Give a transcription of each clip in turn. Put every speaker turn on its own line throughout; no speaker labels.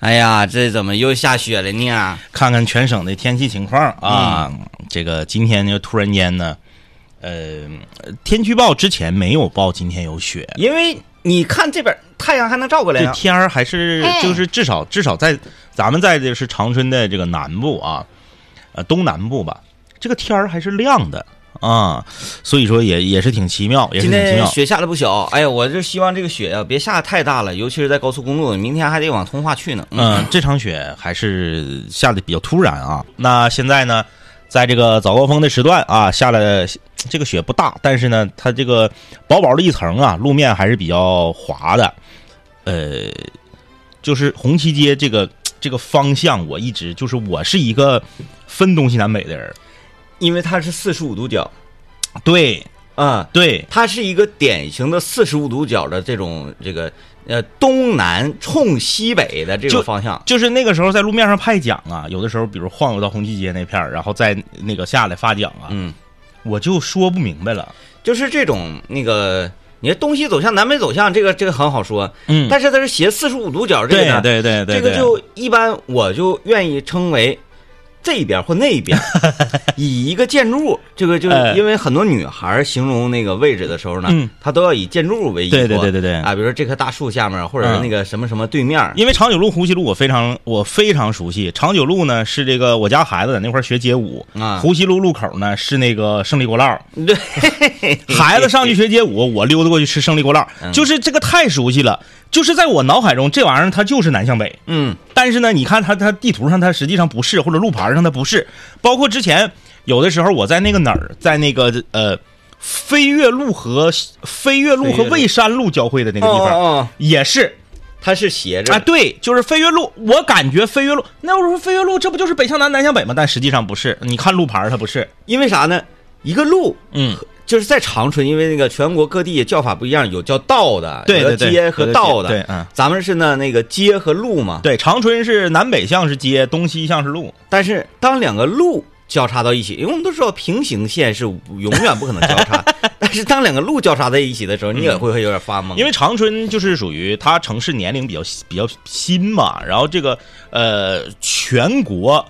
哎呀，这怎么又下雪了呢？
看看全省的天气情况啊。
嗯
这个今天就突然间呢，呃，天气预报之前没有报今天有雪，
因为你看这边太阳还能照过来
这
呀、
天儿还是
哎
就是至少至少在咱们在的是长春的这个南部啊，呃东南部吧，这个天儿还是亮的啊，所以说也也是挺奇妙，也是
今
挺奇
天
妙。
雪下的不小，哎呀，我就希望这个雪呀、别下得太大了，尤其是在高速公路，明天还得往通化去呢。
嗯，这场雪还是下的比较突然啊。那现在呢，在这个早高峰的时段啊，下了这个雪不大，但是呢，它这个薄薄的一层啊，路面还是比较滑的。呃，就是红旗街这个这个方向，我一直就是我是一个分东西南北的人儿。
因为它是四十五度角
对
啊，
对，
它是一个典型的四十五度角的这种这个呃东南冲西北的这
就
个方向。
就是那个时候在路面上派桨啊，有的时候比如晃悠到红旗街那片儿，然后再那个下来发桨啊，
嗯，
我就说不明白了。
就是这种那个，你看东西走向、南北走向，这个这个很好说，
嗯
但是它是斜四十五度角这
对
个呢，
对对对，
这个
对
就一般我就愿意称为这边或那 边，以一个建筑，这个就是
哎
因为很多女孩形容那个位置的时候呢，
嗯
她都要以建筑为依托，
对对对对对
啊，比如说这棵大树下面，或者是
嗯
那个什么什么对面儿，
因为长颈鹿、胡旗鹿，我非常我非常熟悉。长颈鹿呢是这个我家孩子在那块儿学街舞，
啊
胡旗鹿路口呢是那个胜利锅烙，
对，
孩子上去学街舞，我溜达过去吃胜利锅烙，
嗯
就是这个太熟悉了。就是在我脑海中，这玩意儿它就是南向北，
嗯，
但是呢，你看它它地图上它实际上不是，或者路牌上它不是，包括之前有的时候我在那个哪儿，在那个呃飞跃路和飞跃路
飞
和
跃路
蔚山路交汇的那个地
哦
方，
哦哦
也是。
它是斜着
啊，
的，
对，就是飞跃路，我感觉飞跃路，那我说飞跃路，这不就是北向南，南向北吗？但实际上不是，你看路牌儿它不是，
因为啥呢？一个路
嗯，
就是在长春，因为那个全国各地叫法不一样，有叫道的，
对对对
有街和道的，
有的街对嗯
咱们是呢那个街和路嘛，
对，长春是南北向是街，东西向是路，
但是当两个路交叉到一起，因为我们都知道平行线是永远不可能交 叉，但是当两个路交叉在一起的时候，你也会有点发懵，
嗯因为长春就是属于它城市年龄比较比较新嘛，然后这个呃全国。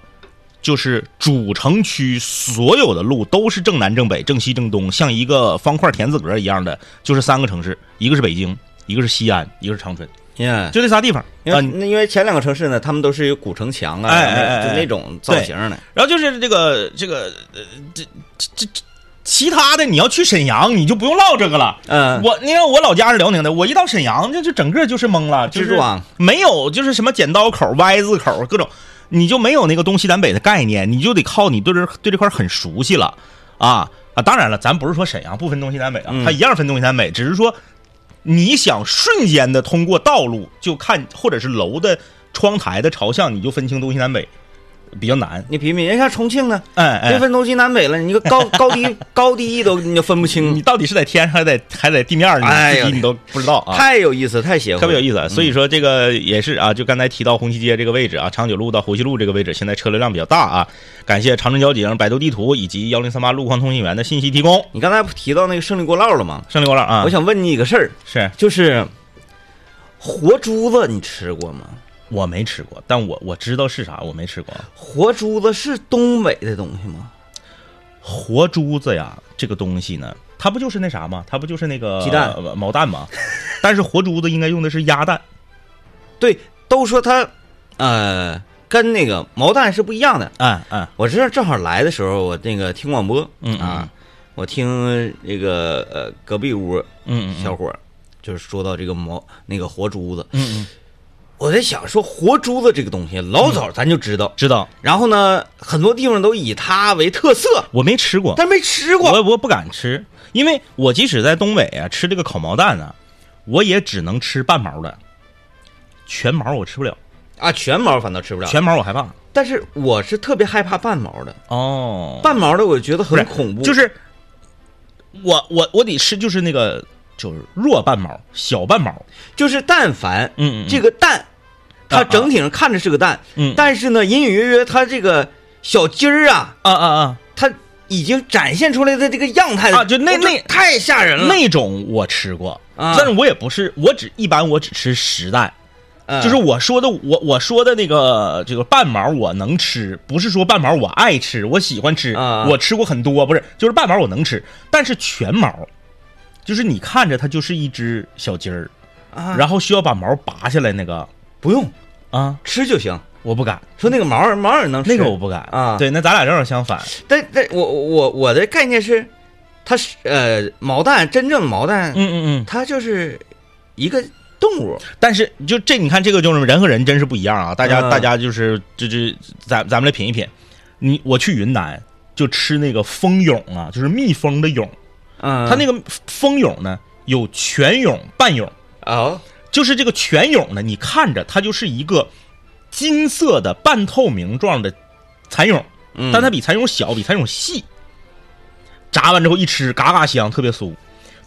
就是主城区所有的路都是正南、正北、正西、正东，像一个方块田字格一样的，就是三个城市，一个是北京，一个是西安，一个是长春，
嗯
就这仨地方。
因
啊
为那因为前两个城市呢，他们都是有古城墙啊，
哎哎哎哎
就那种造型的，
然后就是这个这个呃这这这这其他的你要去沈阳，你就不用唠这个了。
嗯，
我你看我老家是辽宁的，我一到沈阳，这就整个就是懵了，就
蜘
是
蛛网
没有就是什么剪刀口、Y 字口各种，你就没有那个东西南北的概念，你就得靠你对这对这块很熟悉了啊啊！当然了，咱不是说沈阳不分东西南北啊，
嗯
它一样分东西南北，只是说你想瞬间的通过道路就看或者是楼的窗台的朝向，你就分清东西南北比较难。
你品品，人家重庆呢，
哎哎，
别分东西南北了，你个高 高低高低都你就分不
你
清，
到底是在天上还在还在地面上，
哎
你
呀
自己你都不知道啊，
太有意思，太邪乎，
特别有意思。所以说这个也是啊，就刚才提到红旗街这个位置啊，长久路到胡西路这个位置，现在车流量比较大啊。感谢长春交警、百度地图以及幺零三八路况通信员的信息提供。
你刚才不提到那个胜利锅烙了吗？
胜利光了啊，
我想问你一个事儿，
是
就是活珠子你吃过吗？
我没吃过，但我我知道是啥，我没吃过
活珠子是东北的东西吗？
活珠子呀，这个东西呢，它不就是那啥吗？它不就是那个
鸡蛋
呃毛蛋吗？但是活珠子应该用的是鸭 蛋，
对，都说它，呃，跟那个毛蛋是不一样的。
嗯嗯
我这正好来的时候，我那个听广播，
嗯
啊，我听这个呃隔壁屋
嗯嗯
小伙儿就是说到这个毛那个活珠子，
嗯嗯，
我在想说活珠子这个东西老早咱就知道，
知道，
然后呢，很多地方都以它为特色，
我没吃过。
但没吃过。
嗯我我不敢吃，因为我即使在东北啊吃这个烤毛蛋啊，我也只能吃半毛的，全毛我吃不了，
啊，全毛反倒吃不了，
全毛我害怕。
但是我是特别害怕半毛的，
哦，
半毛的我觉得很恐怖，
就是我我我得吃，就是那个就是弱半毛、小半毛。
就是但凡
嗯嗯嗯
这个蛋，
啊
它整体上看着是个蛋，
嗯
但是呢，隐隐约约它这个小鸡儿啊，
啊啊啊！
它已经展现出来的这个样态了
啊就那
我
那
太吓人了，
那种我吃过，
啊
但是我也不是，我只一般我只吃实蛋，
嗯
就是我说的，我我说的那个这个半毛我能吃，不是说半毛我爱吃，我喜欢吃，
啊
我吃过很多，不是，就是半毛我能吃，但是全毛，就是你看着它就是一只小鸡儿，
啊，
然后需要把毛拔下来那个
不用
啊，
吃就行。
我不敢，
说那个毛儿毛儿也能吃，
嗯那个我不敢
啊
对，那咱俩正好相反，
但但我我我的概念是，它是呃毛蛋真正的毛蛋，
嗯嗯嗯。
它就是一个动物，
但是就这，你看这个就是人和人真是不一样啊！大家、
嗯
大家就是这这，咱咱们来品一品。你我去云南就吃那个蜂蛹啊，就是蜜蜂的蛹，
嗯，
它那个蜂蛹呢有全蛹、半蛹，
哦
就是这个全蛹呢，你看着它就是一个金色的半透明状的蚕蛹，
嗯
但它比蚕蛹小，比蚕蛹细。炸完之后一吃，嘎嘎香，特别酥。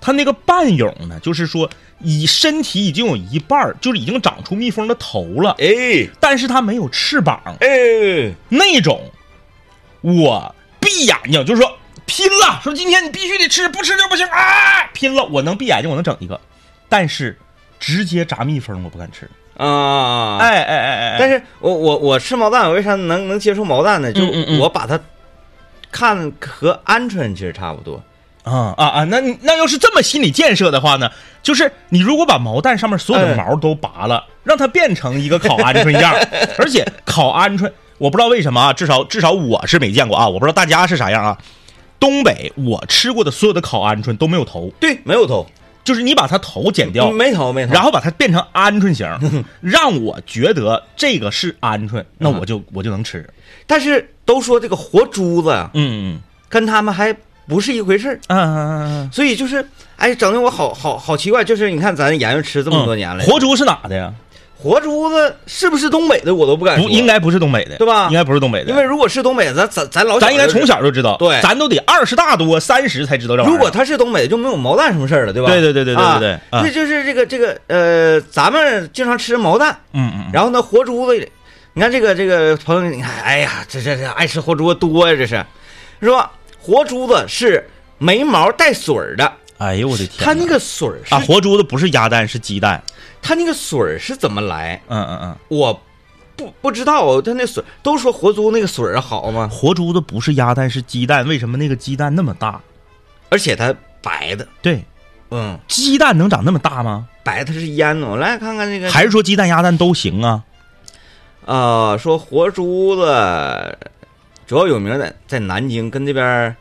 它那个半蛹呢，就是说，以身体已经有一半儿，就是已经长出蜜蜂的头了，
哎
但是它没有翅膀，
哎
那种，我闭眼睛就是说拼了，说今天你必须得吃，不吃就不行啊！拼了，我能闭眼睛，我能整一个，但是直接炸蜜蜂我不敢吃。
啊，
哎哎哎哎哎，
但是我我我吃毛蛋，我为啥能能接受毛蛋呢？就
嗯嗯嗯
我把它看和鹌鹑其实差不多，
啊啊啊，那你那要是这么心理建设的话呢，就是你如果把毛蛋上面所有的
哎
毛都拔了，让它变成一个烤鹌鹑 样儿，而且烤鹌鹑，我不知道为什么啊，至少至少我是没见过啊，我不知道大家是啥样啊。东北我吃过的所有的烤鹌鹑都没有头，
对，没有头，
就是你把它头剪掉，
没头没头，
然后把它变成鹌鹑 形，让我觉得这个是鹌鹑，那
嗯
我就我就能吃。
但是都说这个活珠子啊
嗯
跟他们还不是一回事儿。
嗯啊，
所以就是，哎，整的我好好好奇怪，就是你看咱研究吃这
这
么多年了，
嗯活猪是哪的呀？
活珠子是不是东北的，我都不敢
不
说，
应，该不是东北的，
对吧
应该不是东北的，
因为如果是东北的，咱咱咱老
咱应该从
小
小就知道，
对
咱都得二十大多三十才知道
就
这玩
是，
意儿。
如果他是东北的，就没有毛蛋什么事儿了，对吧？
对对对对对对对
啊
啊
这就是这个这个呃，咱们经常吃毛蛋，
嗯嗯，嗯
然后呢，活珠子，你看这个这个朋友，你看，哎呀，这这这爱吃活珠子多呀、这是，是吧？活珠子是没毛带水儿的，
哎呦我的天哪，
它那个水儿是、
啊活珠子不是鸭蛋是鸡蛋，
它那个水儿是怎么来？
嗯嗯嗯，
我不不知道，他那水都说活猪那个水儿好吗？
活珠子不是鸭蛋是鸡蛋，为什么那个鸡蛋那么大？
而且它白的，
对，
嗯，
鸡蛋能长那么大吗？
白它是腌的。我来看看这个，
还是说鸡蛋鸭蛋都行啊？
啊、说活珠子主要有名在在南京，跟这边儿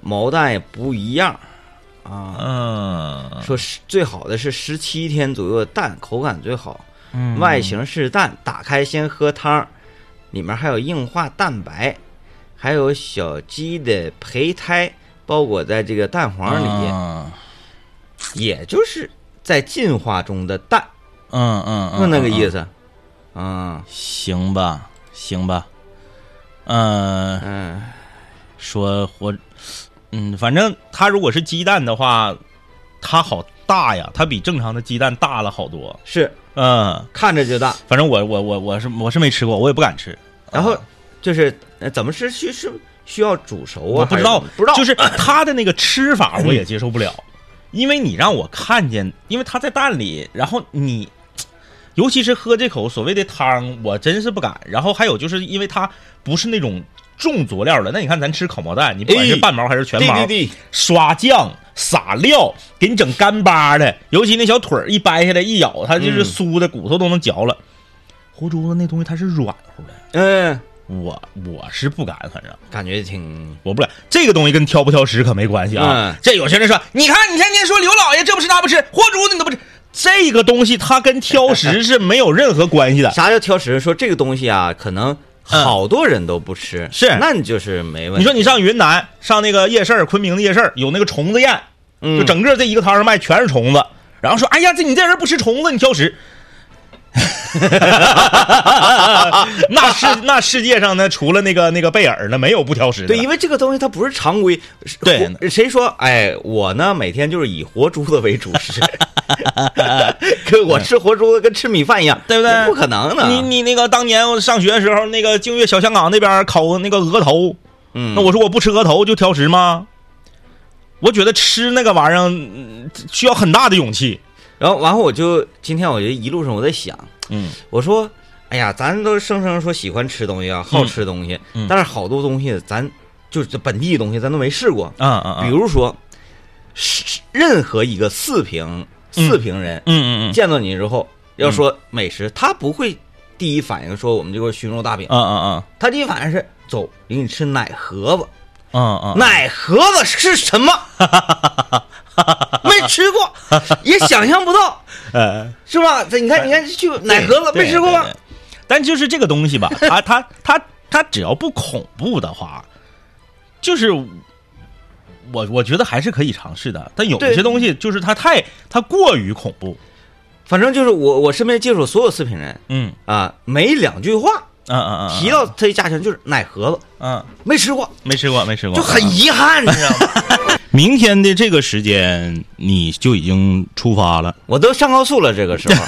毛蛋也不一样啊。
嗯
说是最好的是十七天左右的蛋，口感最好，
嗯
外形是蛋，打开先喝汤儿，里面还有硬化蛋白，还有小鸡的胚胎包裹在这个蛋黄里。
嗯
也就是在进化中的蛋，
嗯嗯，
就
嗯
那个意
嗯
思。嗯
行吧，行吧，嗯、
嗯，
说活，嗯，反正它如果是鸡蛋的话，它好大呀，它比正常的鸡蛋大了好多。
是
嗯，
看着就大。
反正我我我我是我是没吃过，我也不敢吃。
然后
啊
就是呃怎么吃需是需要煮熟
我
啊？
不知道
还是怎么不知道
就是它的那个吃法我也接受不了，因为你让我看见，因为它在蛋里，然后你。尤其是喝这口所谓的汤，我真是不敢。然后还有就是因为它不是那种重佐料的，那你看咱吃烤毛蛋，你不管是
哎
半毛还是全
对
毛，
对对，
刷酱、撒料，给你整干巴的。尤其那小腿儿一掰下来一咬，它就是
嗯
酥的，骨头都能嚼了。活珠子那东西它是软乎的，
嗯，
我我是不敢，反正
感觉挺
我不敢。这个东西跟挑不挑食可没关系啊。
嗯
这有些人说，你看你天天说刘老爷这不吃那不吃，活珠子你都不吃，这个东西它跟挑食是没有任何关 系的。
啥叫挑食？说这个东西啊，可能好多人都不吃，
是
那你嗯就是没问
你
题。
说你上云南，上那个夜市儿，昆明的夜市儿有那个虫子宴，
嗯
就整个这一个摊上卖全是虫子，然后说，哎呀，这你这人不吃虫子，你挑食。 那世那世界上呢，除了那个那个贝尔呢，没有不挑食的。
对，因为这个东西它不是常规。是
对
活谁说？哎，我呢每天就是以活珠子为主食， 跟我吃活珠子跟吃米饭一样，
对不对
不可能的。
你你那个当年我上学的时候，那个净月小香港那边烤那个鹅头，
嗯，
那我说我不吃鹅头就挑食吗？我觉得吃那个玩意儿嗯需要很大的勇气。
然后然后我就今天我就一路上我在想，
嗯
我说，哎呀，咱都声称说喜欢吃东西啊，好吃东西，
嗯
但是好多东西咱就是本地的东西咱都没试过，
啊啊啊，
比如说，是任何一个四平
嗯
四平人、
嗯嗯嗯
见到你之后，要说美食，他不会第一反应说我们这块熏肉大饼，
啊啊
他第一反应是走，领你吃奶盒子。
啊啊啊，
奶盒子是什么？没吃 过，也想象不到，
呃，
是吧？这你看，你看，去奶盒子
对
没吃过？吧
对？对但就是这个东西吧，它它它它只要不恐怖的话，就是我我觉得还是可以尝试的。但有一
对
些东西就是它太它过于恐怖，
反正就是我，我身边接触所有四平人
嗯
啊，没两句话
啊啊啊，
提到他的家乡就是奶盒子，
嗯、啊
没吃过，
没吃过没吃过，
就很
啊
遗憾，你知道吗？
明天的这个时间你就已经出发了，
我都上高速了，这个时候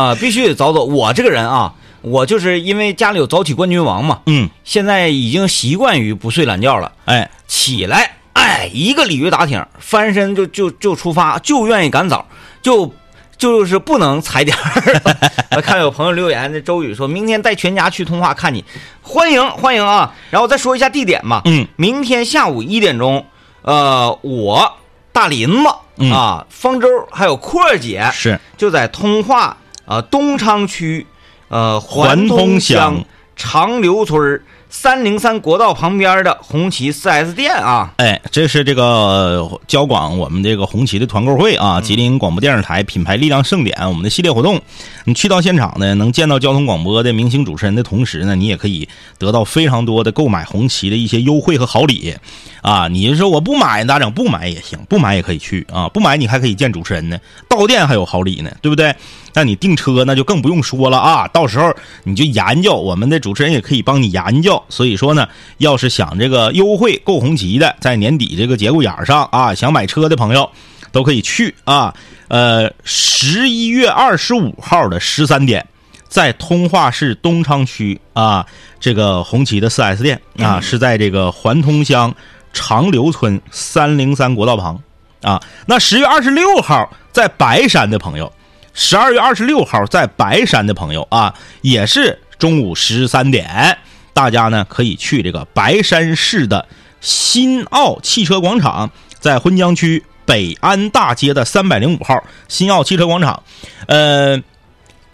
啊，必须得早走。我这个人啊，我就是因为家里有早起冠军王嘛，
嗯，
现在已经习惯于不睡懒觉了。
哎，
起来，哎，一个鲤鱼打挺，翻身就就就出发，就愿意赶早，就就是不能踩点儿。 我看有朋友留言，这周宇说明天带全家去通化看你，欢迎欢迎啊！然后再说一下地点吧，
嗯，
明天下午一点钟，呃，我大林子、
嗯
啊，方舟还有阔儿姐
是
就在通化啊、呃东昌区呃
环通
通
乡
长留村三零三国道旁边的红旗 4S 店啊。
哎，这是这个呃交广我们这个红旗的团购会啊，吉林广播电视台品牌力量盛典我们的系列活动。你去到现场呢，能见到交通广播的明星主持人的同时呢，你也可以得到非常多的购买红旗的一些优惠和好礼啊。你就说我不买咋整？不买也行，不买也可以去啊，不买你还可以见主持人呢，到店还有好礼呢，对不对？那你订车那就更不用说了啊，到时候你就研究，我们的主持人也可以帮你研究。所以说呢，要是想这个优惠购红旗的，在年底这个节骨眼儿上啊，想买车的朋友都可以去啊。呃，十一月二十五号的十三点，在通化市东昌区啊，这个红旗的 4S 店啊，是在这个环通乡长留村三零三国道旁啊。那十月二十六号在白山的朋友，十二月二十六号在白山的朋友啊，也是中午十三点，大家呢可以去这个白山市的新奥汽车广场，在婚江区北安大街的三百零五号新奥汽车广场，呃。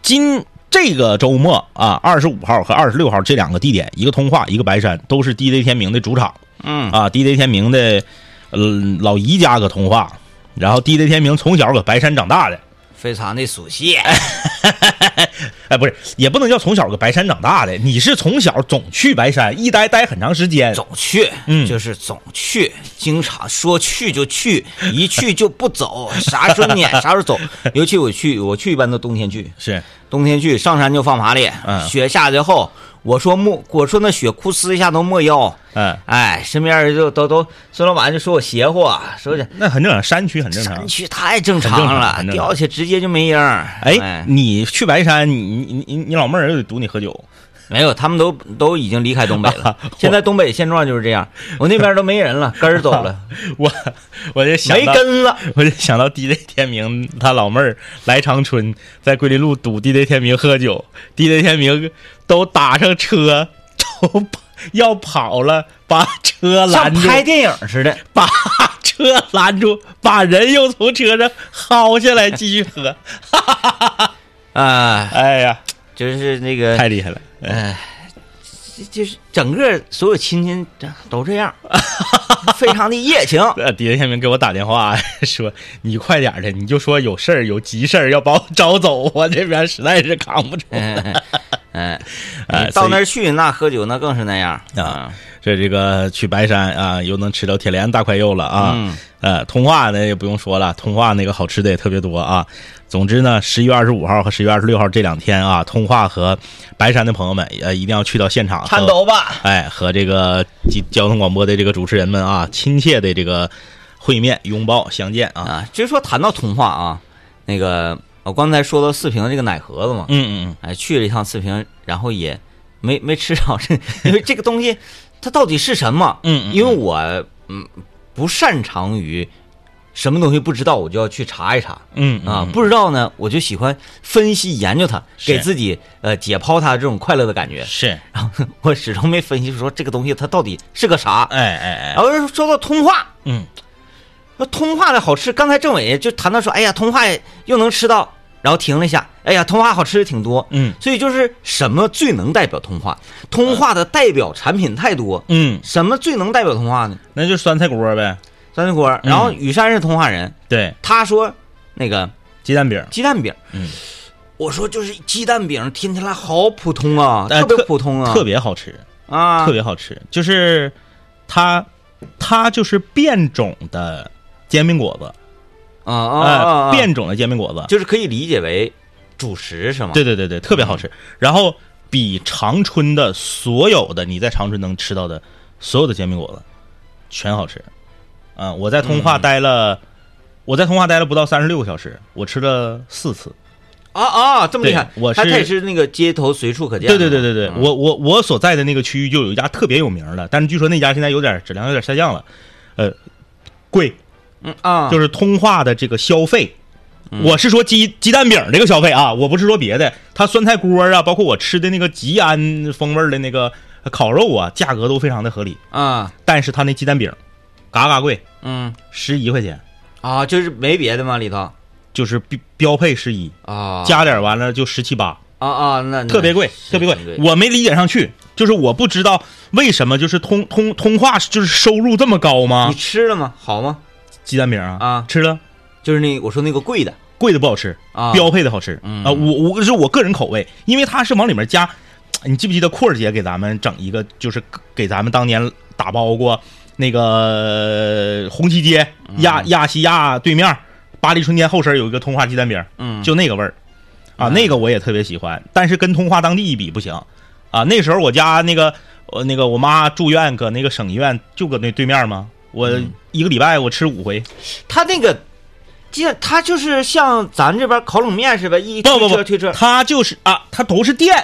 今这个周末啊，二十五号和二十六号这两个地点，一个通化，一个白山，都是 DJ 天明的主场
嗯，
啊。DJ 天明的，嗯、老姨家搁通化，然后 DJ 天明从小搁白山长大的，
非常的熟悉，哎
哎，不是，也不能叫从小搁白山长大的，你是从小总去白山，一待待很长时间，
总去，
嗯
就是总去，经常说去就去，一去就不走， 啥时候撵啥时候走。尤其我去，我去一般都冬天去，
是
冬天去上山就放爬犁，
嗯
雪下的厚，我说没，我说那雪哭呲一下都没腰，
嗯。
哎，身边人就都都孙老板就说我邪乎啊，说这
那很正常，山区很正常
山。区哎太正常
啊很正常
了
很，正常
掉下直接就没音儿。
哎，，你去白山，你你你你老妹儿又得堵你喝酒，
没有，他们都都已经离开东北 了。现在东北现状就是这样，我那边都没人了，根儿走 了，
我我就想
没
到
根了。
我就想到 DJ 天明他老妹儿来长春，在桂林路堵 DJ 天明喝酒，DJ 天明都打上车，都 跑要跑了，把车
像
拦住，
拍电影 似的，
把车拦住，把人又从车上薅下来继续喝。
啊、
哎呀，哎
就是那个，
太厉害了！
就就是整个所有亲戚都这样，非常的热 情。
呃，DJ 天明给我打电话说：“你快点儿的，你就说有事儿，有急事儿要把我招走，我这边实在是扛不住。”
嗯 嗯，
哎
你到
所以
那儿去，那喝酒那更是那样
啊。这这个去白山啊，又能吃到铁莲大块肉了啊。
嗯
呃，通化呢也不用说了，通化那个好吃的也特别多啊。总之呢，十一月二十五号和十一月二十六号这两天啊，通化和白山的朋友们呃一定要去到现场
颤
和
抖吧，
哎和这个交交通广播的这个主持人们啊亲切的这个会面拥抱相见啊。
啊！就说谈到通化啊，那个我刚才说到四平这个奶盒子嘛，
嗯嗯
哎，去了一趟四平，然后也没没吃着，这 因为这个东
嗯
西它到底是什么？
嗯嗯嗯
因为我嗯不擅长于什么东西不知道，我就要去查一查。
嗯
啊，
嗯
不知道呢，我就喜欢分析研究它，
是
给自己呃解剖它这种快乐的感觉。
是，
然后我始终没分析说这个东西它到底是个啥。
哎哎哎，
然后说到通化，
嗯
那通化的好吃，刚才政委就谈到说，哎呀，通化又能吃到，然后停了一下，哎呀，通化好吃的挺多。
嗯
所以就是什么最能代表通化？通化的代表产品太多，
嗯，
什么最能代表通化呢？
那就是酸菜锅呗。
酸菜锅。
嗯
然后雨山是通化人，
对，
他说那个
鸡蛋饼，
鸡蛋饼，
嗯，
我说就是鸡蛋饼听起来好普通啊，
哎
特别
特
普通啊，
特别好吃，
啊，
特别好吃，就是它，它就是变种的煎饼果子，
啊啊啊
呃，
啊，
变种的煎饼果子，
就是可以理解为主食是吗？
对对对对，特别好吃。然后比长春的所有的你在长春能吃到的所有的煎饼果子，全好吃。啊、我在通化待了，我在通化待了不到三十六个小时，我吃了四次。
啊啊，这么厉害！
对我是
他他也是那个街头随处可见
对
的。
对对对对，
嗯
我我我所在的那个区域就有一家特别有名的，但是据说那家现在有点质量有点下降了，呃，贵，
嗯啊，
就是通化的这个消费。我是说鸡鸡蛋饼这个消费啊，我不是说别的，它酸菜锅啊，包括我吃的那个吉安风味儿的那个烤肉啊，价格都非常的合理。
啊
但是它那鸡蛋饼，嘎嘎贵，
嗯
十一块钱，
啊，就是没别的吗？里头
就是标标配十一，
啊
加点完了就十七八，
啊啊，那那
特别贵，
是
特别贵
挺贵。
我没理解上去，就是我不知道为什么就是通通通化就是收入这么高吗
你？吃了吗？好吗？
鸡蛋饼啊，
啊
吃了
就是那我说那个贵的
贵的不好吃，
啊，
标配的好吃
嗯
啊！我我是我个人口味，因为它是往里面加，你记不记得阔儿姐给咱们整一个，就是给咱们当年打包过那个呃红旗街
嗯
亚亚细亚对面儿巴黎春天后身有一个通化鸡蛋饼，
嗯
就那个味儿啊，
嗯
那个我也特别喜欢，但是跟通化当地一比不行啊。那时候我家那个呃那个我妈住院搁那个省医院，就搁那对面嘛，我
嗯
一个礼拜我吃五回，
他那个。就他就是像咱这边烤冷面似的，一
不
推
不
车
不，
推车
它就是啊，它都是店。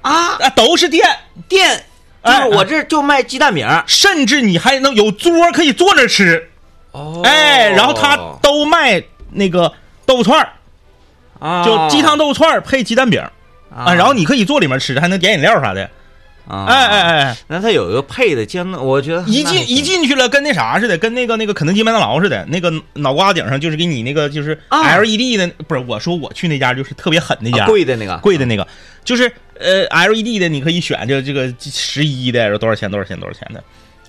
啊，
啊，哎都是店，
店就是我这就卖鸡蛋饼，
甚至你还能有桌儿可以坐那儿吃，
哦
哎，然后他都卖那个豆腐串儿，
啊
就鸡汤豆腐串儿配鸡蛋饼儿啊，
啊
然后你可以坐里面吃，还能点饮料啥的，
啊
哎哎，哎，
那他有一个配的煎，我觉得
一
那还
进一
行
进去了，跟那啥似的，跟那个那个肯德基、麦当劳似的，那个脑瓜顶上就是给你那个就是
啊
LED 的，不是我说我去那家就是特别狠那
啊
家，
贵的那个
哎贵的那个，就是呃 LED 的，你可以选这这个十一的，然后多少钱多少钱多少钱的，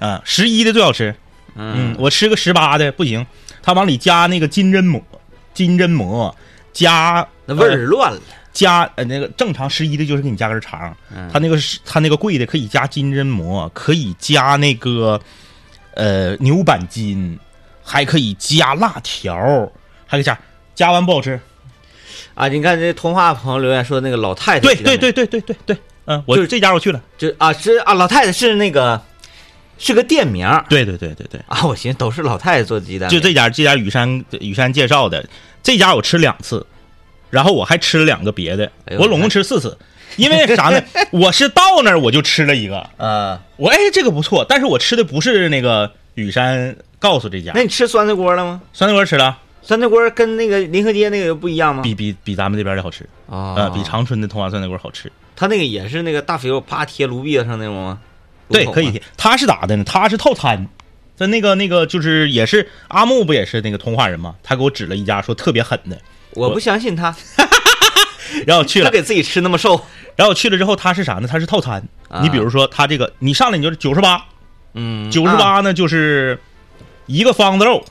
啊，十一的最好吃。嗯，我吃个十八的不行，他往里加那个金针蘑，金针蘑加
那味儿
呃
乱了
加呃那个正常十一的就是给你加根肠，
嗯
他那个是他那个贵的可以加金针蘑，可以加那个呃牛板筋，还可以加辣条，还可以加加完不好吃。
啊！你看这通话朋友留言说那个老太太
对
鸡蛋
对
饼
对对对对对，嗯，我
就是
这家我去了。
就啊是啊，老太太是那个是个店名儿
对对对对对，
啊，我寻思都是老太太做的鸡蛋
就
饼，
这家这家雨山雨山介绍的，这家我吃两次，然后我还吃了两个别的
哎，呦
我总共吃四次。因为啥 呢？我是到那儿我就吃了一个，
呃，
我哎这个不错，但是我吃的不是那个雨山告诉这家
那你啊吃酸菜锅了吗？
酸菜锅吃了，
酸菜锅跟那个临河街那个又不一样吗？
比比比咱们这边的好吃，
啊、
呃，比长春的通化酸菜锅好吃。
他那个也是那个大肥肉啪贴炉壁上那种吗？
对，
炉口
可
吗
以。他是咋的呢？他是套餐，在那个那个就是也是阿木不也是那个通化人嘛？他给我指了一家说特别狠的，
我不相信 他，
然后我去
他
了，
给自己吃那么 瘦，
然后我去了之后他是啥呢？他是套餐
啊。
你比如说他这个，你上来你就是九十八，
嗯，
九十
啊，
八呢就是一个方子肉，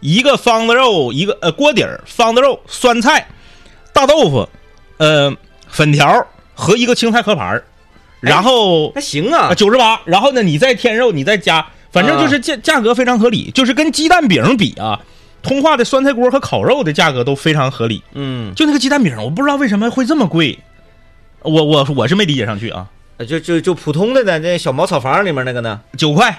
一个方子肉，一个呃锅底儿方子肉、酸菜、大豆腐，呃粉条儿和一个青菜壳盘儿，
哎
然后
那行啊
九十八，然后呢你再添肉，你再加，反正就是价价格非常合理，就是跟鸡蛋饼比啊。通化的酸菜锅和烤肉的价格都非常合理，
嗯，
就那个鸡蛋饼，我不知道为什么会这么贵，我我我是没理解上去啊，
就就就普通的呢，那小茅草房里面那个呢，
九块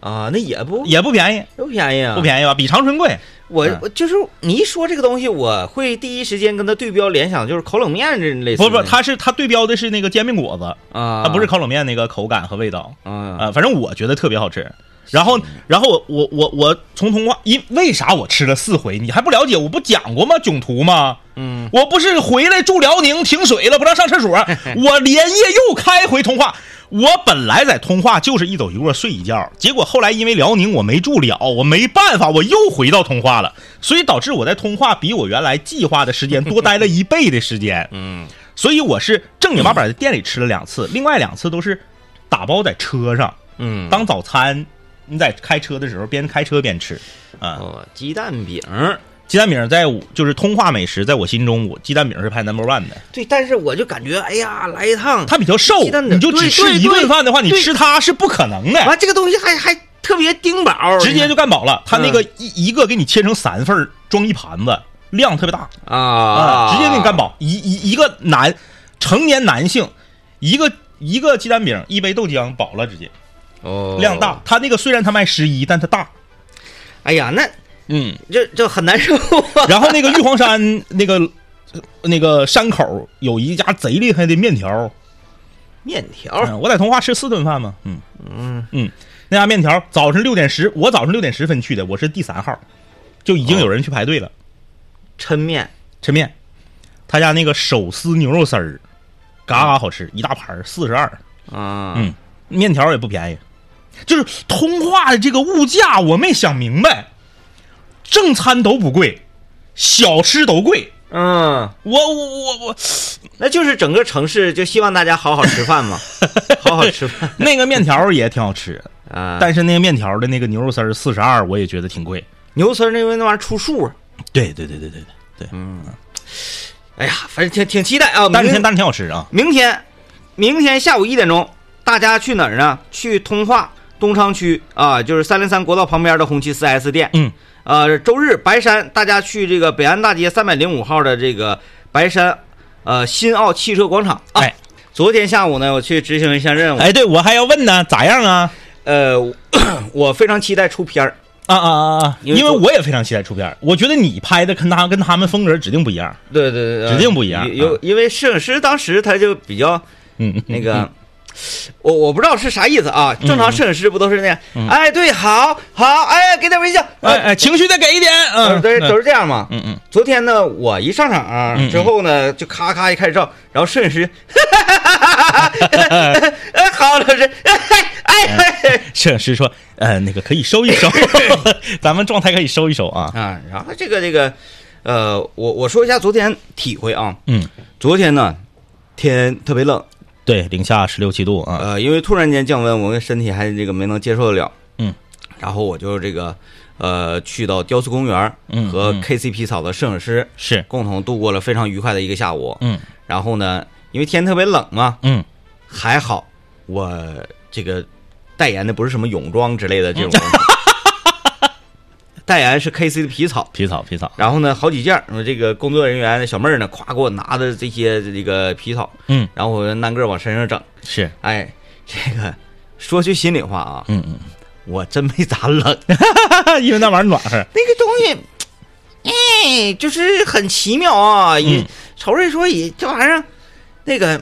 啊，那也不
也不便宜，
不便宜啊，
不便宜吧？比长春贵，
我
嗯
我就是你一说这个东西，我会第一时间跟它对标联想，就是烤冷面这类似
不
的。
不，它是它对标的是那个煎饼果子，
啊，
它不是烤冷面那个口感和味道
啊
啊、呃反正我觉得特别好吃然后，然后我我我我从通化，因为啥我吃了四回？你还不了解？我不讲过吗？囧途吗？嗯，我不是回来住辽宁停水了，不让上厕所，我连夜又开回通化。我本来在通化就是一走一过睡一觉，结果后来因为辽宁我没住了，我没办法，我又回到通化了，所以导致我在通化比我原来计划的时间多待了一倍的时间。嗯，所以我是正经八百在店里吃了两次，另外两次都是打包在车上，
嗯，
当早餐。你在开车的时候边开车边吃，啊，
哦，鸡蛋饼。
鸡蛋饼在我就是通化美食，在我心中我鸡蛋饼是排 number one 的，
对，但是我就感觉，哎呀，来一趟，
它比较瘦
鸡蛋，饼
你就只吃
对对
一顿饭的话，
对
你吃它是不可能的，
完这个东西还还特别顶饱，
直接就干饱了。它那个
嗯
一一个给你切成三份儿装一盘子，量特别大
啊，
啊，直接给你干饱。一一一个男成年男性，一个一个鸡蛋饼，一杯豆浆饱了，直接
哦，
量大。。它那个虽然它卖十一，但它大，
哎呀，那
嗯。
这这很难受啊。
然后那个玉皇山那个那个山口有一家贼厉害的面条，
面条
嗯我在通化吃四顿饭嘛，嗯嗯嗯，那家面条早晨六点十，我早晨六点十分去的，我是第三号，就已经
哦
有人去排队了，
抻面，
抻面，他家那个手撕牛肉丝儿，嘎嘎好吃，一大盘四十二，
啊，
嗯，面条也不便宜，就是通化的这个物价我没想明白，正餐都不贵，小吃都贵，
嗯，
我我我我。
那就是整个城市就希望大家好好吃饭嘛， 好好吃饭
那个面条儿也挺好吃的，
啊。
但是那个面条儿的那个牛肉丝儿四十二，我也觉得挺贵。
牛丝儿那因为那玩意儿出数啊，
对对对对对对对，
嗯哎呀，反正挺挺期待啊。
但是
明
挺但是挺好吃啊。
明天，明天下午一点钟，大家去哪儿呢？去通化东昌区啊，就是三零三国道旁边的红旗 4S 店。
嗯，
呃，周日白山，大家去这个北安大街三百零五号的这个白山，呃，新奥汽车广场啊。
哎
昨天下午呢，我去执行一项任务，
哎，对我还要问呢，咋样啊？
呃，我我非常期待出片儿。
啊啊啊啊！
因为
因为
昨
我也非常期待出片儿，我觉得你拍的跟他跟他们风格指定不一样。
对对对，呃
指定不一样
有有
啊
因为摄影师当时他就比较
嗯，嗯
那个，我我不知道是啥意思啊。正常摄影师不都是那样？哎，对，好，好，哎，给点微笑，
哎哎，情绪再给一点，
呃
嗯，
对，都是这样嘛。
嗯嗯，
昨天呢，我一上场、之后呢，就咔咔一开始照，然后摄影师， 哎，好，老师，哎哎
摄影师说，呃，那个可以收一 收，咱们状态可以收一收啊。
哎，啊，然后这个这个，呃，我我说一下昨天体会啊，
嗯，
昨天呢，天特别冷，
对，零下十六七度啊，
呃，因为突然间降温，我们身体还这个没能接受得了。
嗯，
然后我就这个呃去到雕塑公园，
嗯
和
嗯
KCP 嫂的摄影师
是，
共同度过了非常愉快的一个下午。
嗯
然后呢，因为天特别冷嘛，
嗯，
还好我这个代言的不是什么泳装之类的这种 东西，代言是 KCP 草。
皮草皮草，
然后呢，好几件儿，那么这个工作人员小妹儿呢，夸给我拿的这些这个皮草，
嗯，
然后我就按个儿往身上整，
是，
哎，这个说句心里话啊，
嗯嗯
我真没咋冷，那
嗯， 因为那玩意儿暖和。
个东西，哎，就是很奇妙啊。也
嗯
瞅着说也这玩意儿，那个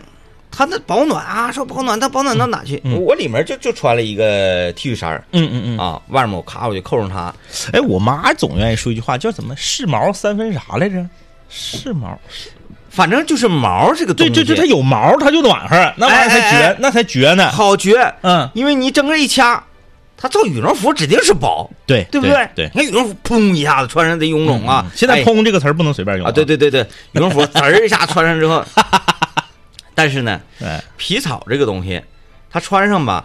它那保暖啊，说保暖，它保暖到哪去？
嗯嗯
我里面就就穿了一个 T 恤衫儿
嗯嗯嗯
啊，外面我咔我就扣上它，
哎，我妈总愿意说一句话，叫什么“是毛三分啥来着”？是毛，
反正就是毛这个东
对
西，
对对，它有毛，它就暖和，那玩意儿
哎
才
哎哎
绝，那才绝呢。
好绝，
嗯，
因为你整个一掐，它造羽绒服指定是薄，
对
对不
对？
对，你看羽绒服砰一下子穿上得臃肿啊
嗯，现在
哎
“空”这个词儿不能随便用
啊，对，对对对，羽绒服滋儿一下穿上之后，但是呢，
哎，
皮草这个东西，它穿上吧，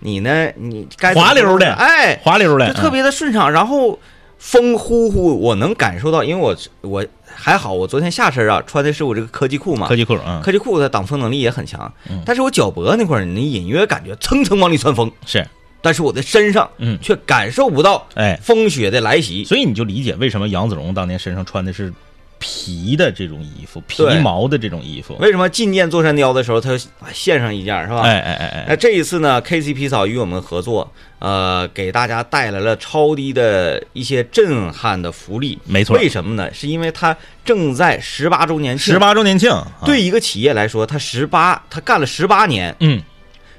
你呢，你该怎么
滑溜的嗯
哎，
滑溜的，
就特别的顺畅，然后。风呼呼，我能感受到，因为我我还好，我昨天下身啊穿的是我这个科技裤
嗯
嘛
科，技裤，嗯，
科技裤的挡风能力也很强，但是我脚脖那块儿，你隐约感觉蹭蹭往里窜风，
是，
但是我的身上
嗯，
却感受不到
哎，
风雪的来袭。
所以你就理解为什么杨子荣当年身上穿的是皮的这种衣服，皮
对
毛的这种衣服。
为什么进见座山雕的时候，他献上一件儿是吧？
哎哎哎
那
哎，
这一次呢，KCP 嫂与我们合作，呃，给大家带来了超低的一些震撼的福利。
没错
为什么呢？是因为它正在十八周年庆。
十，八周年庆，啊
对，一个企业来说，它十八，它干了十八年，
嗯，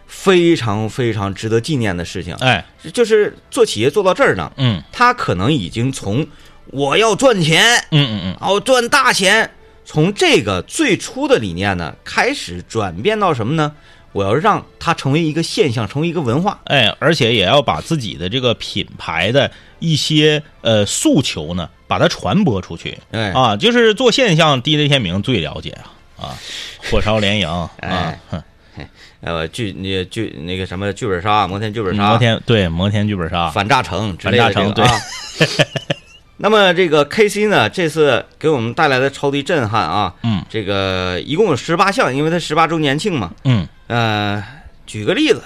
非常非常值得纪念的事情。
哎，
就是做企业做到这儿呢，
嗯
他可能已经从我要赚钱，
嗯嗯嗯，
然后赚大钱，从这个最初的理念呢，开始转变到什么呢？我要让它成为一个现象，成为一个文化。
哎，而且也要把自己的这个品牌的一些呃诉求呢，把它传播出去
哎，
啊。就是做现象，DJ 天明最了解啊 啊，火烧连营啊
哎，
哼
呃，剧那剧那个什么剧本杀、摩天剧本杀、
嗯摩天对摩天剧本杀，
反诈城之类的这
反
个
诈城
啊。那么这个 K C 呢，这次给我们带来的超级震撼啊，
嗯，
这个一共有十八项，因为它十八周年庆嘛。
嗯
呃，举个例子，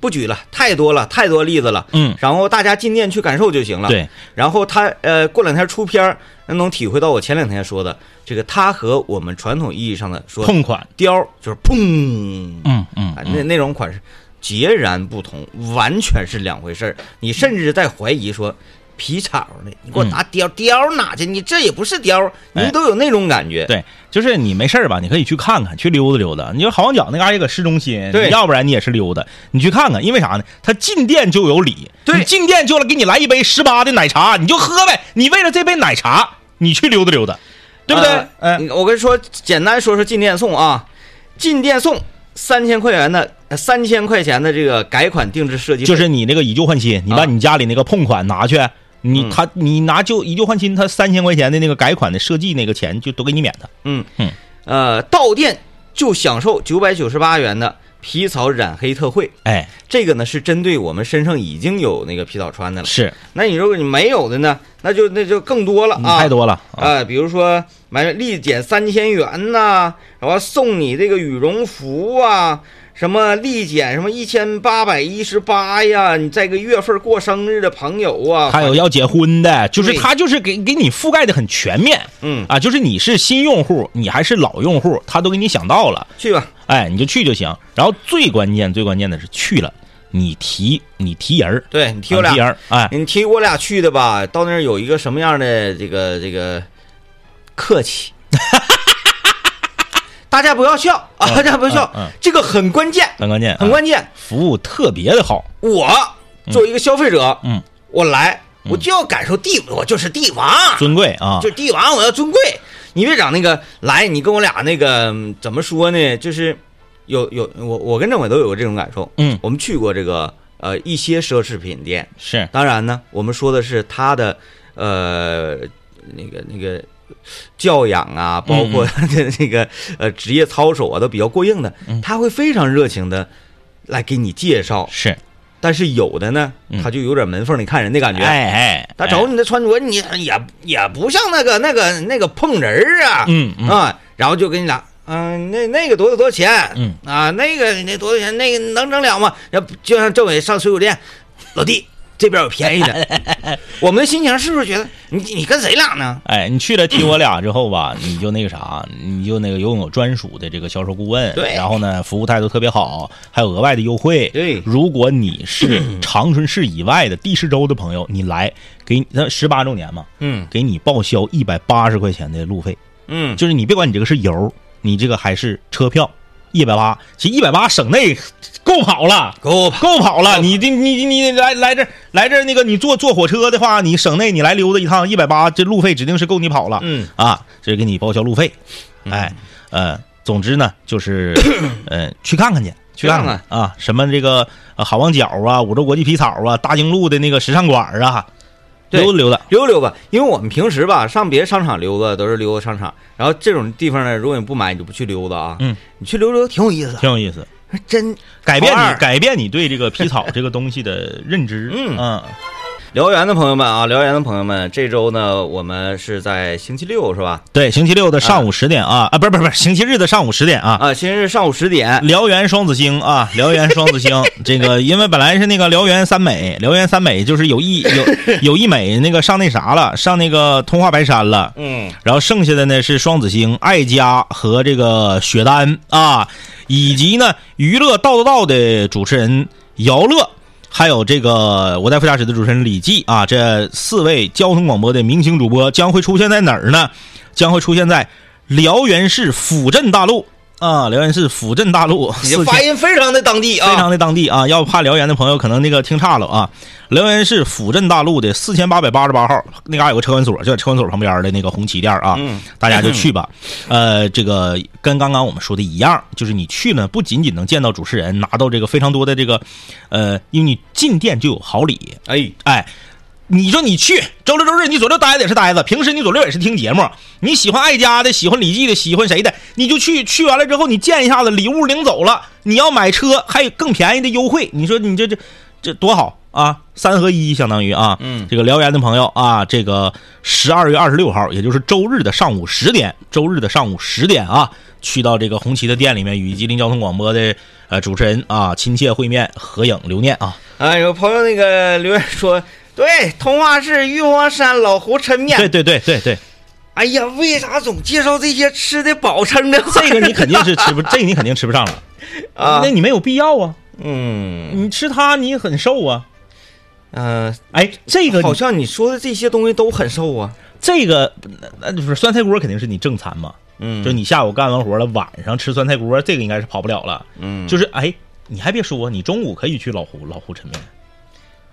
不举了，太多了，太多例子了。
嗯，
然后大家进店去感受就行了。，
对，
然后他呃，过两天出片儿，能体会到我前两天说的这个，它和我们传统意义上的说
痛款，
雕儿就是砰，
嗯嗯
啊，
嗯
那那种款式截然不同，完全是两回事儿。你甚至在怀疑说，皮草呢？你给我拿貂貂哪去？你这也不是貂，
嗯哎
你都有那种感觉。啊
对，就是你没事儿吧，你可以去看看，去溜达溜达。你就好望角那嘎、达也搁市中心，
对
你要不然你也是溜达，你去看看，因为啥呢？他进店就有礼，
对
你进店就来给你来一杯十八的奶茶，你就喝呗。你为了这杯奶茶，你去溜达溜达，对不对？
呃
嗯、
我跟你说，简单说说进店送啊，进店送三千块钱的呃三千块钱的这个改款定制设计费，
就是你那个以旧换新，你把
啊
你家里那个碰款拿去。你
嗯
他你拿旧以旧换新，他三千块钱的那个改款的设计那个钱就都给你免他。
嗯
嗯
呃，到店就享受九百九十八元的皮草染黑特惠。
哎，
这个呢是针对我们身上已经有那个皮草穿的了，
是
那你如果你没有的呢，那就那就更多了
你
啊，
太多了啊
啊、比如说买立减三千元呐、然后送你这个羽绒服啊，什么立减什么一千八百一十八呀，你在个月份过生日的朋友啊，
还有要结婚的，就是
对
他就是给给你覆盖的很全面
嗯，
啊，就是你是新用户，你还是老用户，他都给你想到了，
去吧，
哎，你就去就行。然后最关键最关键的是去了，你提你提人儿，
对你提
啊
我
提人
俩，嗯
儿，哎，
你提我俩去的吧，到那儿有一个什么样的这个这个客 气，大家不要笑啊，
嗯
大家不要笑，
嗯嗯
这个很关键，
很关键，
很
啊
关键。
服务特别的好，
我作为一个消费者，
嗯，
我来，我就要感受地，我就是帝王，
尊贵啊
就，是帝王，我要尊贵。你别整那个，来，你跟我俩那个嗯怎么说呢？就是有有我我跟政委都有过这种感受。
嗯，
我们去过这个呃一些奢侈品店，
是
当然呢，我们说的是他的呃那个那个教养啊，
嗯
包括那个呃职业操守啊，都比较过硬的，
嗯
他会非常热情的来给你介绍
是，
但是有的呢，他就有点门缝里看人的感觉。
嗯哎哎，
他
哎
瞅你的穿着，你也也不像那个那个那个碰人儿啊，
嗯嗯
啊，然后就跟你俩，嗯、那那个多少多少钱？
嗯
啊，那个那多少钱？那个能整了吗？要不就像政委上水果店，老弟 这边有便宜的， 我们的心情是不是觉得你你跟谁俩呢？
哎，你去了提我俩之 后吧，你就那个啥，你就那个拥有专属的这个销售顾问，
对
然后呢，服务态度特别好，还有额外的优惠。
对
如果 你是长春市以外的地市州的朋友，你来给你那十八周年嘛，
嗯
给你报销一百八十块钱的路费，
嗯，
就是你别管你这个是油，你这个还是车票，一百八，其实一百八省内够跑了。
给 我跑，
够跑了！你这你你你来来这儿来这儿那个你坐坐火车的话，你省内你来溜达一趟，一百八这路费指定是够你跑了。
嗯
啊，这给你报销路费。哎，呃，总之呢，就是 呃，去看看去。去看
看
啊，什么这个呃好望角啊，五洲国际皮草啊，大经路的那个时尚馆啊，
对
溜达溜达。
溜溜吧，因为我们平时吧上别的商场溜达都是溜达商场，然后这种地方呢，如果你不买你就不去溜达啊，
嗯，
你去溜溜挺有意思的，
挺有意思，
真
改变
好玩
你
儿
改变你对这个皮草这个东西的认知。
嗯辽源的朋友们啊，辽源的朋友们，这周呢，我们是在星期六是吧？
对，星期六的上午十点啊啊，不是不是不是，星期日的上午十点啊，
啊，星期日上午十点，
辽源双子星啊，辽源双子星，这个因为本来是那个辽源三美，辽源三美就是有一有有一美那个上那啥了，上那个通化白山了，
嗯，
然后剩下的呢是双子星、爱家和这个雪丹啊，以及呢娱乐道道道的主持人姚乐，还有这个我在副驾驶的主持人李记啊，这四位交通广播的明星主播将会出现在哪儿呢？将会出现在辽源市抚镇大路啊，辽源市辅镇大路，
你
四
嗯发
千
音非常的当地啊，
非常的当地啊，要怕辽源的朋友可能那个听差了啊。辽源市辅镇大路的四千八百八十八号，那嘎、有个车管所，就在车管所旁边的那个红旗店啊，
嗯
大家就去吧。呃，这个跟刚刚我们说的一样，就是你去呢，不仅仅能见到主持人，拿到这个非常多的这个，呃，因为你进店就有好礼，
哎，
哎。你说你去周六周日你左右待着也是待着，平时你左右也是听节目。你喜欢爱家的，喜欢李记的，喜欢谁的，你就去。去完了之后，你见一下子，礼物领走了，你要买车还有更便宜的优惠。你说你这这这多好啊！三合一相当于啊，
嗯
这个辽源的朋友啊，这个十二月二十六号，也就是周日的上午十点，周日的上午十点啊，去到这个红旗的店里面，与吉林交通广播的呃主持人啊亲切会面，合影留念啊。
啊，有朋友那个留言说，对，通化市玉皇山老胡抻面，
对对对对对。
哎呀，为啥总介绍这些吃的饱撑 的？
这个你肯定是吃不，这个你肯定吃不上了
啊
那你没有必要啊，
嗯
你吃它你很瘦啊。
呃，
哎，这个
好
你
像你说的这些东西都很瘦啊。
这个那就是酸菜锅肯定是你正餐嘛，
嗯，
就你下午干完活了，晚上吃酸菜锅，这个应该是跑不了了。
嗯，
就是哎，你还别说，你中午可以去老胡老胡抻面，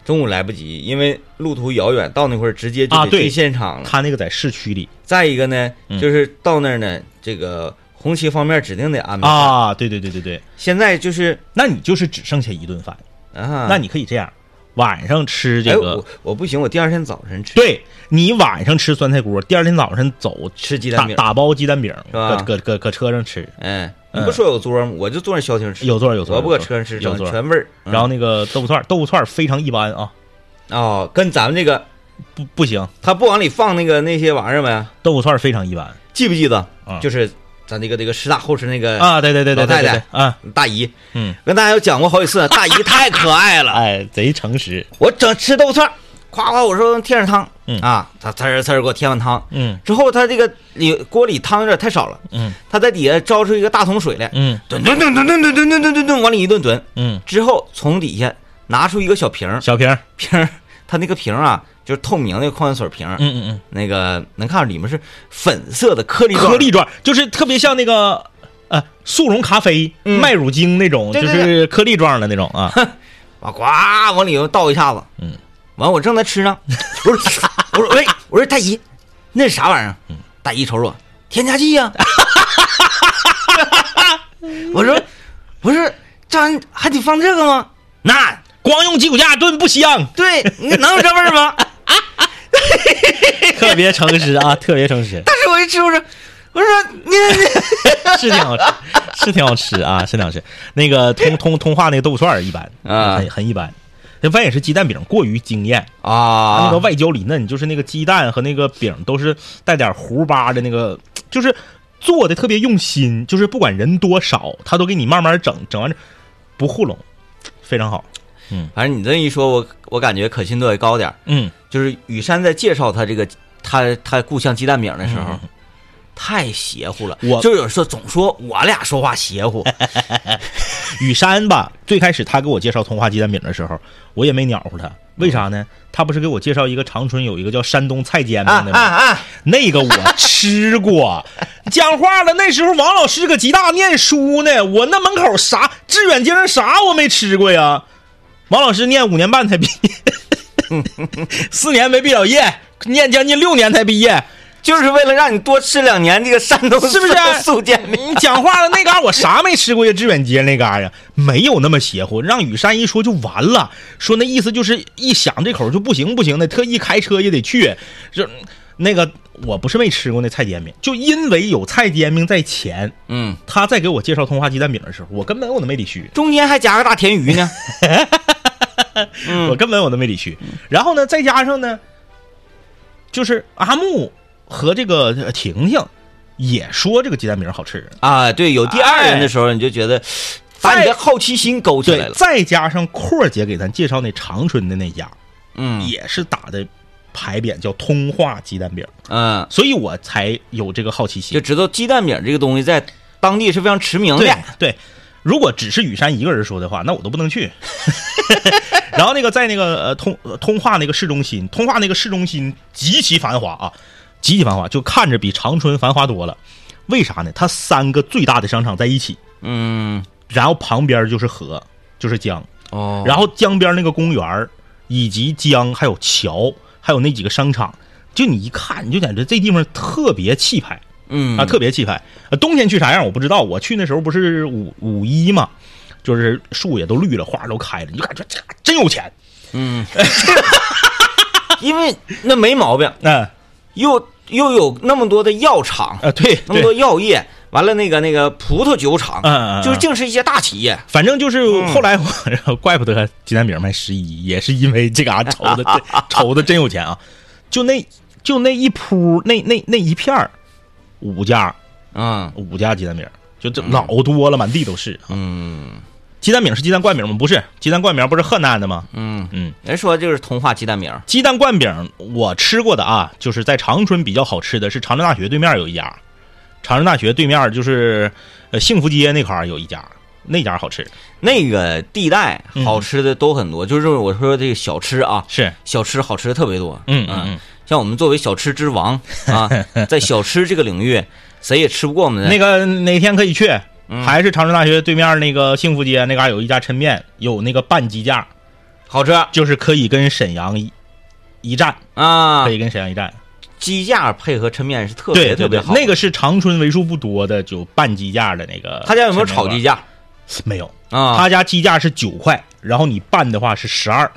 中午来不及，因为路途遥远，到那块儿直接就
啊
得
对
去现场了。
他那个在市区里
再一个呢，
嗯
就是到那儿呢，这个红旗方面指定得安排。
啊，对对对对对，
现在就是
那你就是只剩下一顿饭，
啊，
那你可以这样，晚上吃这
哎、
个
我，我不行，我第二天早晨吃
对你晚上吃酸菜锅，第二天早上走
吃鸡蛋
打
饼。
打包鸡蛋饼，
吧
搁搁搁搁车上吃，
哎，
嗯
你不说有桌吗？我就坐那消停吃，
有座儿有座儿，
我不搁车上吃，
有
整
座儿。
全味儿。嗯
然后那个豆腐串儿，豆腐串儿非常一般啊，
哦，跟咱们这个
不不行，
他不往里放那个那些玩意儿呗，
豆腐串儿非常一般
记不记得？
啊
就是咱这个这个师大后吃那个
啊，对对对对
哎老
对
太
对
太
啊，
大姨，
嗯，
跟大家有讲过好几次，大姨太可爱了。
哎，贼诚实，
我整吃豆腐串儿，夸夸我说添点汤，
嗯
啊，他呲儿呲儿给我添完汤，
嗯
之后他这个里锅里汤有点太少了，
嗯
他在底下招出一个大桶水来，
嗯
吨吨吨吨吨吨吨吨吨吨吨往里一顿吨，
嗯，
之后从底下拿出一个小瓶儿
小瓶儿，
瓶儿，他那个瓶儿啊就是透明的矿泉水瓶儿，
嗯嗯嗯，
那个能看到里面是粉色的颗粒状
颗粒状，就是特别像那个呃速溶咖啡、
嗯
麦乳精那种，
对
就
对
是颗粒状的那种 啊，
啊，呱往里头倒一下子，
嗯，
完我正在吃呢，我说我说喂，我说大姨，那是啥玩意儿？啊大姨瞅着我，添加剂呀、我说不是，这玩意儿还得放这个吗？那
光用鸡骨架炖 不香，
对，你能有这味儿吗？
特别诚实啊，特别诚实，
但是我一吃，我说我说你你
是挺好吃，是挺好吃啊，是挺好吃。那个通通通化那个豆腐串儿一般
啊
很很一般。那外也是鸡蛋饼过于惊艳，它那
啊
个外焦里嫩，就是那个鸡蛋和那个饼都是带点糊巴的那个，就是做的特别用心，就是不管人多少，他都给你慢慢整，整完不糊弄，非常好。
反正你这一说，我我感觉可信度也高点儿。
嗯，
就是雨山在介绍他这个他他故乡鸡蛋饼的时候，太邪乎了。
嗯我
就有人说总说我俩说话邪 乎，
雨山吧，最开始他给我介绍通化鸡蛋饼的时候，我也没鸟乎他，为啥呢？他不是给我介绍一个长春有一个叫山东菜煎饼
啊
的吗？
啊啊！
那个我吃过， 讲话了。那时候王老师搁吉大念书呢，我那门口啥致远街上啥我没吃过呀。王老师念五年半才毕业， 四年没毕了业，念将近六年才毕业。
就是为了让你多吃两年这个山东
是不是
素煎饼？
你讲话了，那嘎、我啥没吃过呀？致远街那嘎、呀，没有那么邪乎。让雨山一说就完了，说那意思就是一想这口就不行不行的，特意开车也得去。这那个我不是没吃过那菜煎饼，就因为有菜煎饼在前，
嗯，
他在给我介绍通化鸡蛋饼的时候，我根本我都没理去，
中间还夹个大甜鱼 呢。嗯
我根本我都没理去。然后呢，再加上呢，就是阿木和这个呃婷婷也说这个鸡蛋饼好吃，
啊，对，有第二人的时候，你就觉得把你的好奇心勾起来
哎对，
了。
再加上阔儿姐给咱介绍那长春的那家，
嗯
也是打的牌匾叫通化鸡蛋饼，
嗯，
所以我才有这个好奇
就
心。
知道鸡蛋饼这个东西在当地是非常驰名的
对。对，如果只是雨山一个人说的话，那我都不能去。 然后那个在那个呃通呃通化那个市中心，通化那个市中心极其繁华啊，极其繁华，就看着比长春繁华多了。为啥呢？它三个最大的商场在一起，
嗯，
然后旁边就是河，就是江，
哦，
然后江边那个公园儿以及江还有桥，还有那几个商场，就你一看你就感觉这地方特别气派。
嗯
啊，特别气派。呃冬天去啥样我不知道，我去那时候不是五五一嘛，就是树也都绿了，花都开了，你就感觉这真有钱。
嗯，因为那没毛病，
嗯
又又有那么多的药厂，
啊，对
那么多
对，
药业，完了那个那个葡萄酒厂，
嗯，
就是
这，
竟是一些大企业，
反正就是后来我怪不得鸡蛋饼卖十一，也是因为这啊嘎筹 的真筹的真有钱啊。就那就那一铺那那那一片儿，五家
嗯
五家鸡蛋饼，就这老多了，满地都是。
嗯
鸡蛋饼是鸡蛋灌饼吗？不是，鸡蛋灌饼不是河南的吗？
嗯，
嗯。
人说就是童话鸡蛋饼，
鸡蛋灌饼我吃过的啊，就是在长春比较好吃的是长春大学对面有一家，长春大学对面就是呃幸福街那块儿有一家，那家好吃
那个地带
嗯
好吃的都很多，就是我说这个小吃啊，
是，
小吃好吃的特别多，
嗯嗯
像我们作为小吃之 王啊，在小吃这个领域，谁也吃不过我们
嗯，
的。
那个哪天可以去，
嗯
还是长春大学对面那个幸福街那嘎、有一家抻面，有那个半鸡架，
好吃
就是可以跟沈阳一一站，
啊
可，以跟沈阳一站，
鸡架配合抻面是特
对
别
对
特别
对，
好。
那个是长春为数不多的就半鸡架的那个。
他家有没有炒鸡
架？
架
没有，
啊？
他家鸡架是九块，然后你拌的话是十二。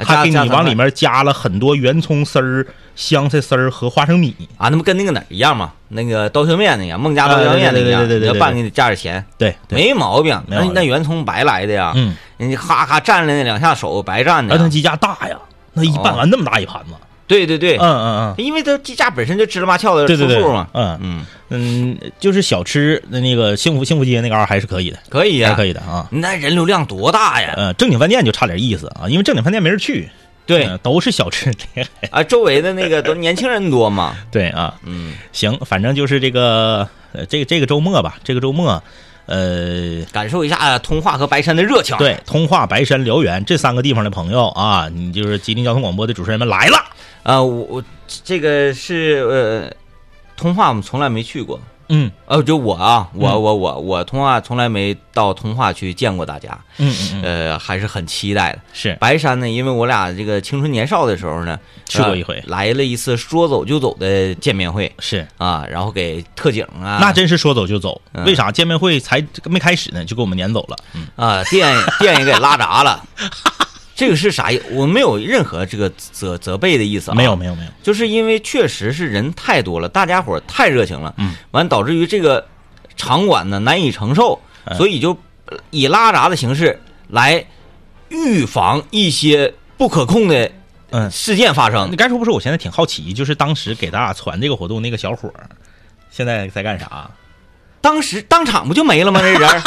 加
他给你
啊加糖
往里
粉
面加了很多圆葱丝儿、香菜丝儿和花生米。
啊，那不跟那个哪儿一样吗？那个刀削面那样，孟家刀削面那样，
啊对对对对对对
你要拌给你加点钱，
对，对，
没啊毛病。那
没毛病
那圆葱白来的呀，
嗯，啊
人家咔咔蘸了那两下手，白蘸
而且
的。
鸡架大呀，那一拌完那么大一盘子。
对对对
嗯，嗯嗯，
因为它鸡架本身就支了麻翘的
对对
出
对
数嘛，。
嗯
嗯，
嗯，就是小吃那那个幸福幸福街那嘎、儿还是可以的，
可以
还
呀
可，以的啊。
那人流量多大呀？
呃，正经饭店就差点意思啊，因为正经饭店没人去，
对
呃都是小吃。
啊，周围的那个都年轻人多嘛，
对啊，
嗯，
行，反正就是这个，呃，这个这个周末吧，这个周末，呃，
感受一下通化和白山的热情。，
对，通化、白山、辽源这三个地方的朋友啊，你就是吉林交通广播的主持人们来了。
啊，我我这个是呃，通化我们从来没去过，
嗯
哦，就我啊，我、
嗯
我我我通化从来没到通化去见过大家，
嗯嗯嗯，
呃，还是很期待的。
是
白山呢，因为我俩这个青春年少的时候呢，
去过一回
呃来了一次说走就走的见面会
是，
啊，然后给特警啊，
那真是说走就走。
嗯
为啥见面会才没开始呢，就给我们撵走了？嗯，
啊店店也给拉闸了， 这个是啥意？我没有任何这个责责备的意思、啊，
没有，没有没有，
就是因为确实是人太多了，大家伙儿太热情了，
嗯，
完导致于这个场馆呢难以承受，
哎
所以就呃以拉闸的形式来预防一些不可控的
嗯
事件发生
你。该说不说，我现在挺好奇，就是当时给咱俩传这个活动那个小伙儿，现在在干啥？
当时当场不就没了吗？这人 儿。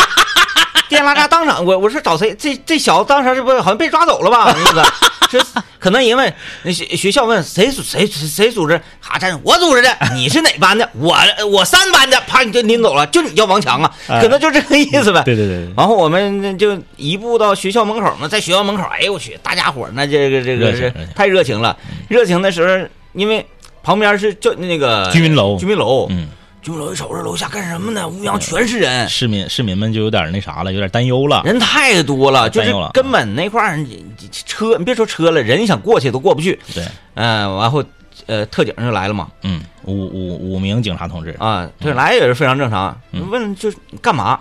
电拉闸当场，我我说找谁？这这小子当时这不好像被抓走了吧？那意思这可能因为那学学校问谁组谁谁谁组织，哈站我组织的，你是哪班的？我我三班的，啪你就拎走了，就你叫王强啊，
哎
可能就这个意思呗。
对对
然后我们就一步到学校门口嘛，在学校门口，哎呦我去，大家伙儿那这个这
热
个
情哎
是
热情
太热情了。热情的时候，因为旁边是叫那个
居民楼
居民楼，
嗯，
居民楼一瞅这楼下干什么呢？乌泱全是人，
市民市民们就有点那啥了，有点担忧了。
人太多了，就
太
是
多了
根本那块儿你你车，你别说车了，人想过去都过不去。
对，
嗯、然后呃，特警就来了嘛，
嗯，五五五名警察同志，
啊，特警来也是非常正常。
嗯
问就是干嘛，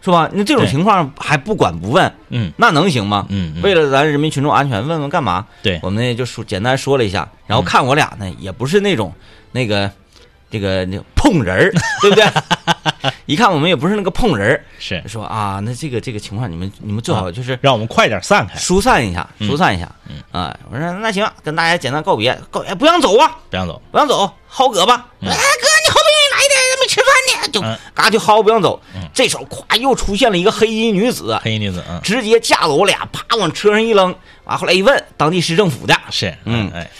是吧？那这种
对
情况还不管不问，
嗯
那能行吗？
嗯，嗯
为了咱人民群众安全，问问干嘛？
对嗯
我们呢就说简单说了一下，然后看我俩呢也不是那种那个这个那个碰人儿，对不对？ 一看我们也不是那个碰人儿，
是
说啊，那这个这个情况你们你们最好就是
让我们快点散开，
疏散一下，
啊嗯
疏散一下。
嗯
啊，我说那行，跟大家简单告别，告别不让走啊，
不让走。
不让走，薅胳膊。哎，哥，你好不容易来的，没吃饭呢，就
嗯
嘎就薅，不让走
嗯。
这时候咵又出现了一个黑衣女子，
黑衣女子，嗯，
直接架着我俩，啪往车上一扔。完后来一问，当地市政府的，
是，
嗯
哎，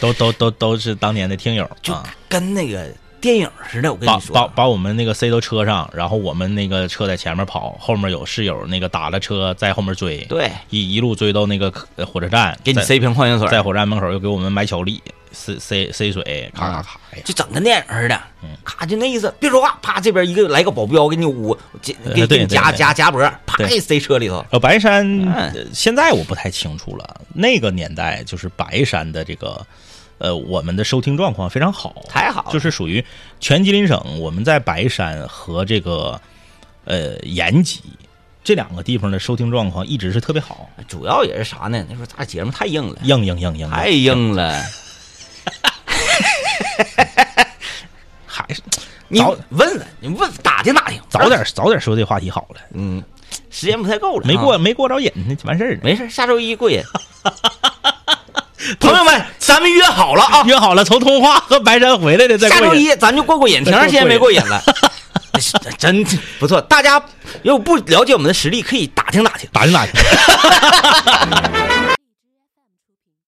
都都都都是当年的听友
就
啊。
跟那个电影似的。我跟
把
你
把
说，啊
把我们那个塞到车上，然后我们那个车在前面跑，后面有室友那个打了车在后面追，
对，
一一路追到那个呃火车站，
给你
在
塞一瓶矿泉水
在
儿。
火车站门口又给我们买巧克力，塞塞塞水，咔咔咔，
啊
哎呀，嗯
就整跟电影似的，咔就那意思，别说话，啪这边一个来个保镖给你捂，给
呃
给
对
给你夹
对对
夹夹脖，啪
对
一塞车里头，
呃，白山、
哎
呃现在我不太清楚了，那个年代就是白山的这个，呃，我们的收听状况非常好，
太好了，
就是属于全吉林省，我们在白山和这个呃延吉这两个地方的收听状况一直是特别好，
主要也是啥呢？那时候咱俩节目太硬了，
硬硬硬硬，
太硬了。
嗯还是
你
早
问问，你问打听打听，
早点早点说这话题好了，
嗯，时间不太够了，
没过、
啊，
没过着瘾，那就完事儿了。
没事，下周一 过瘾。朋友们，咱们约好了啊，
约好了从通化和白山回来的再
下周
过瘾。
一咱就过过瘾，挺长时间没过瘾 了，真不错。大家如果不了解我们的实力，可以打听打听。
打听打听。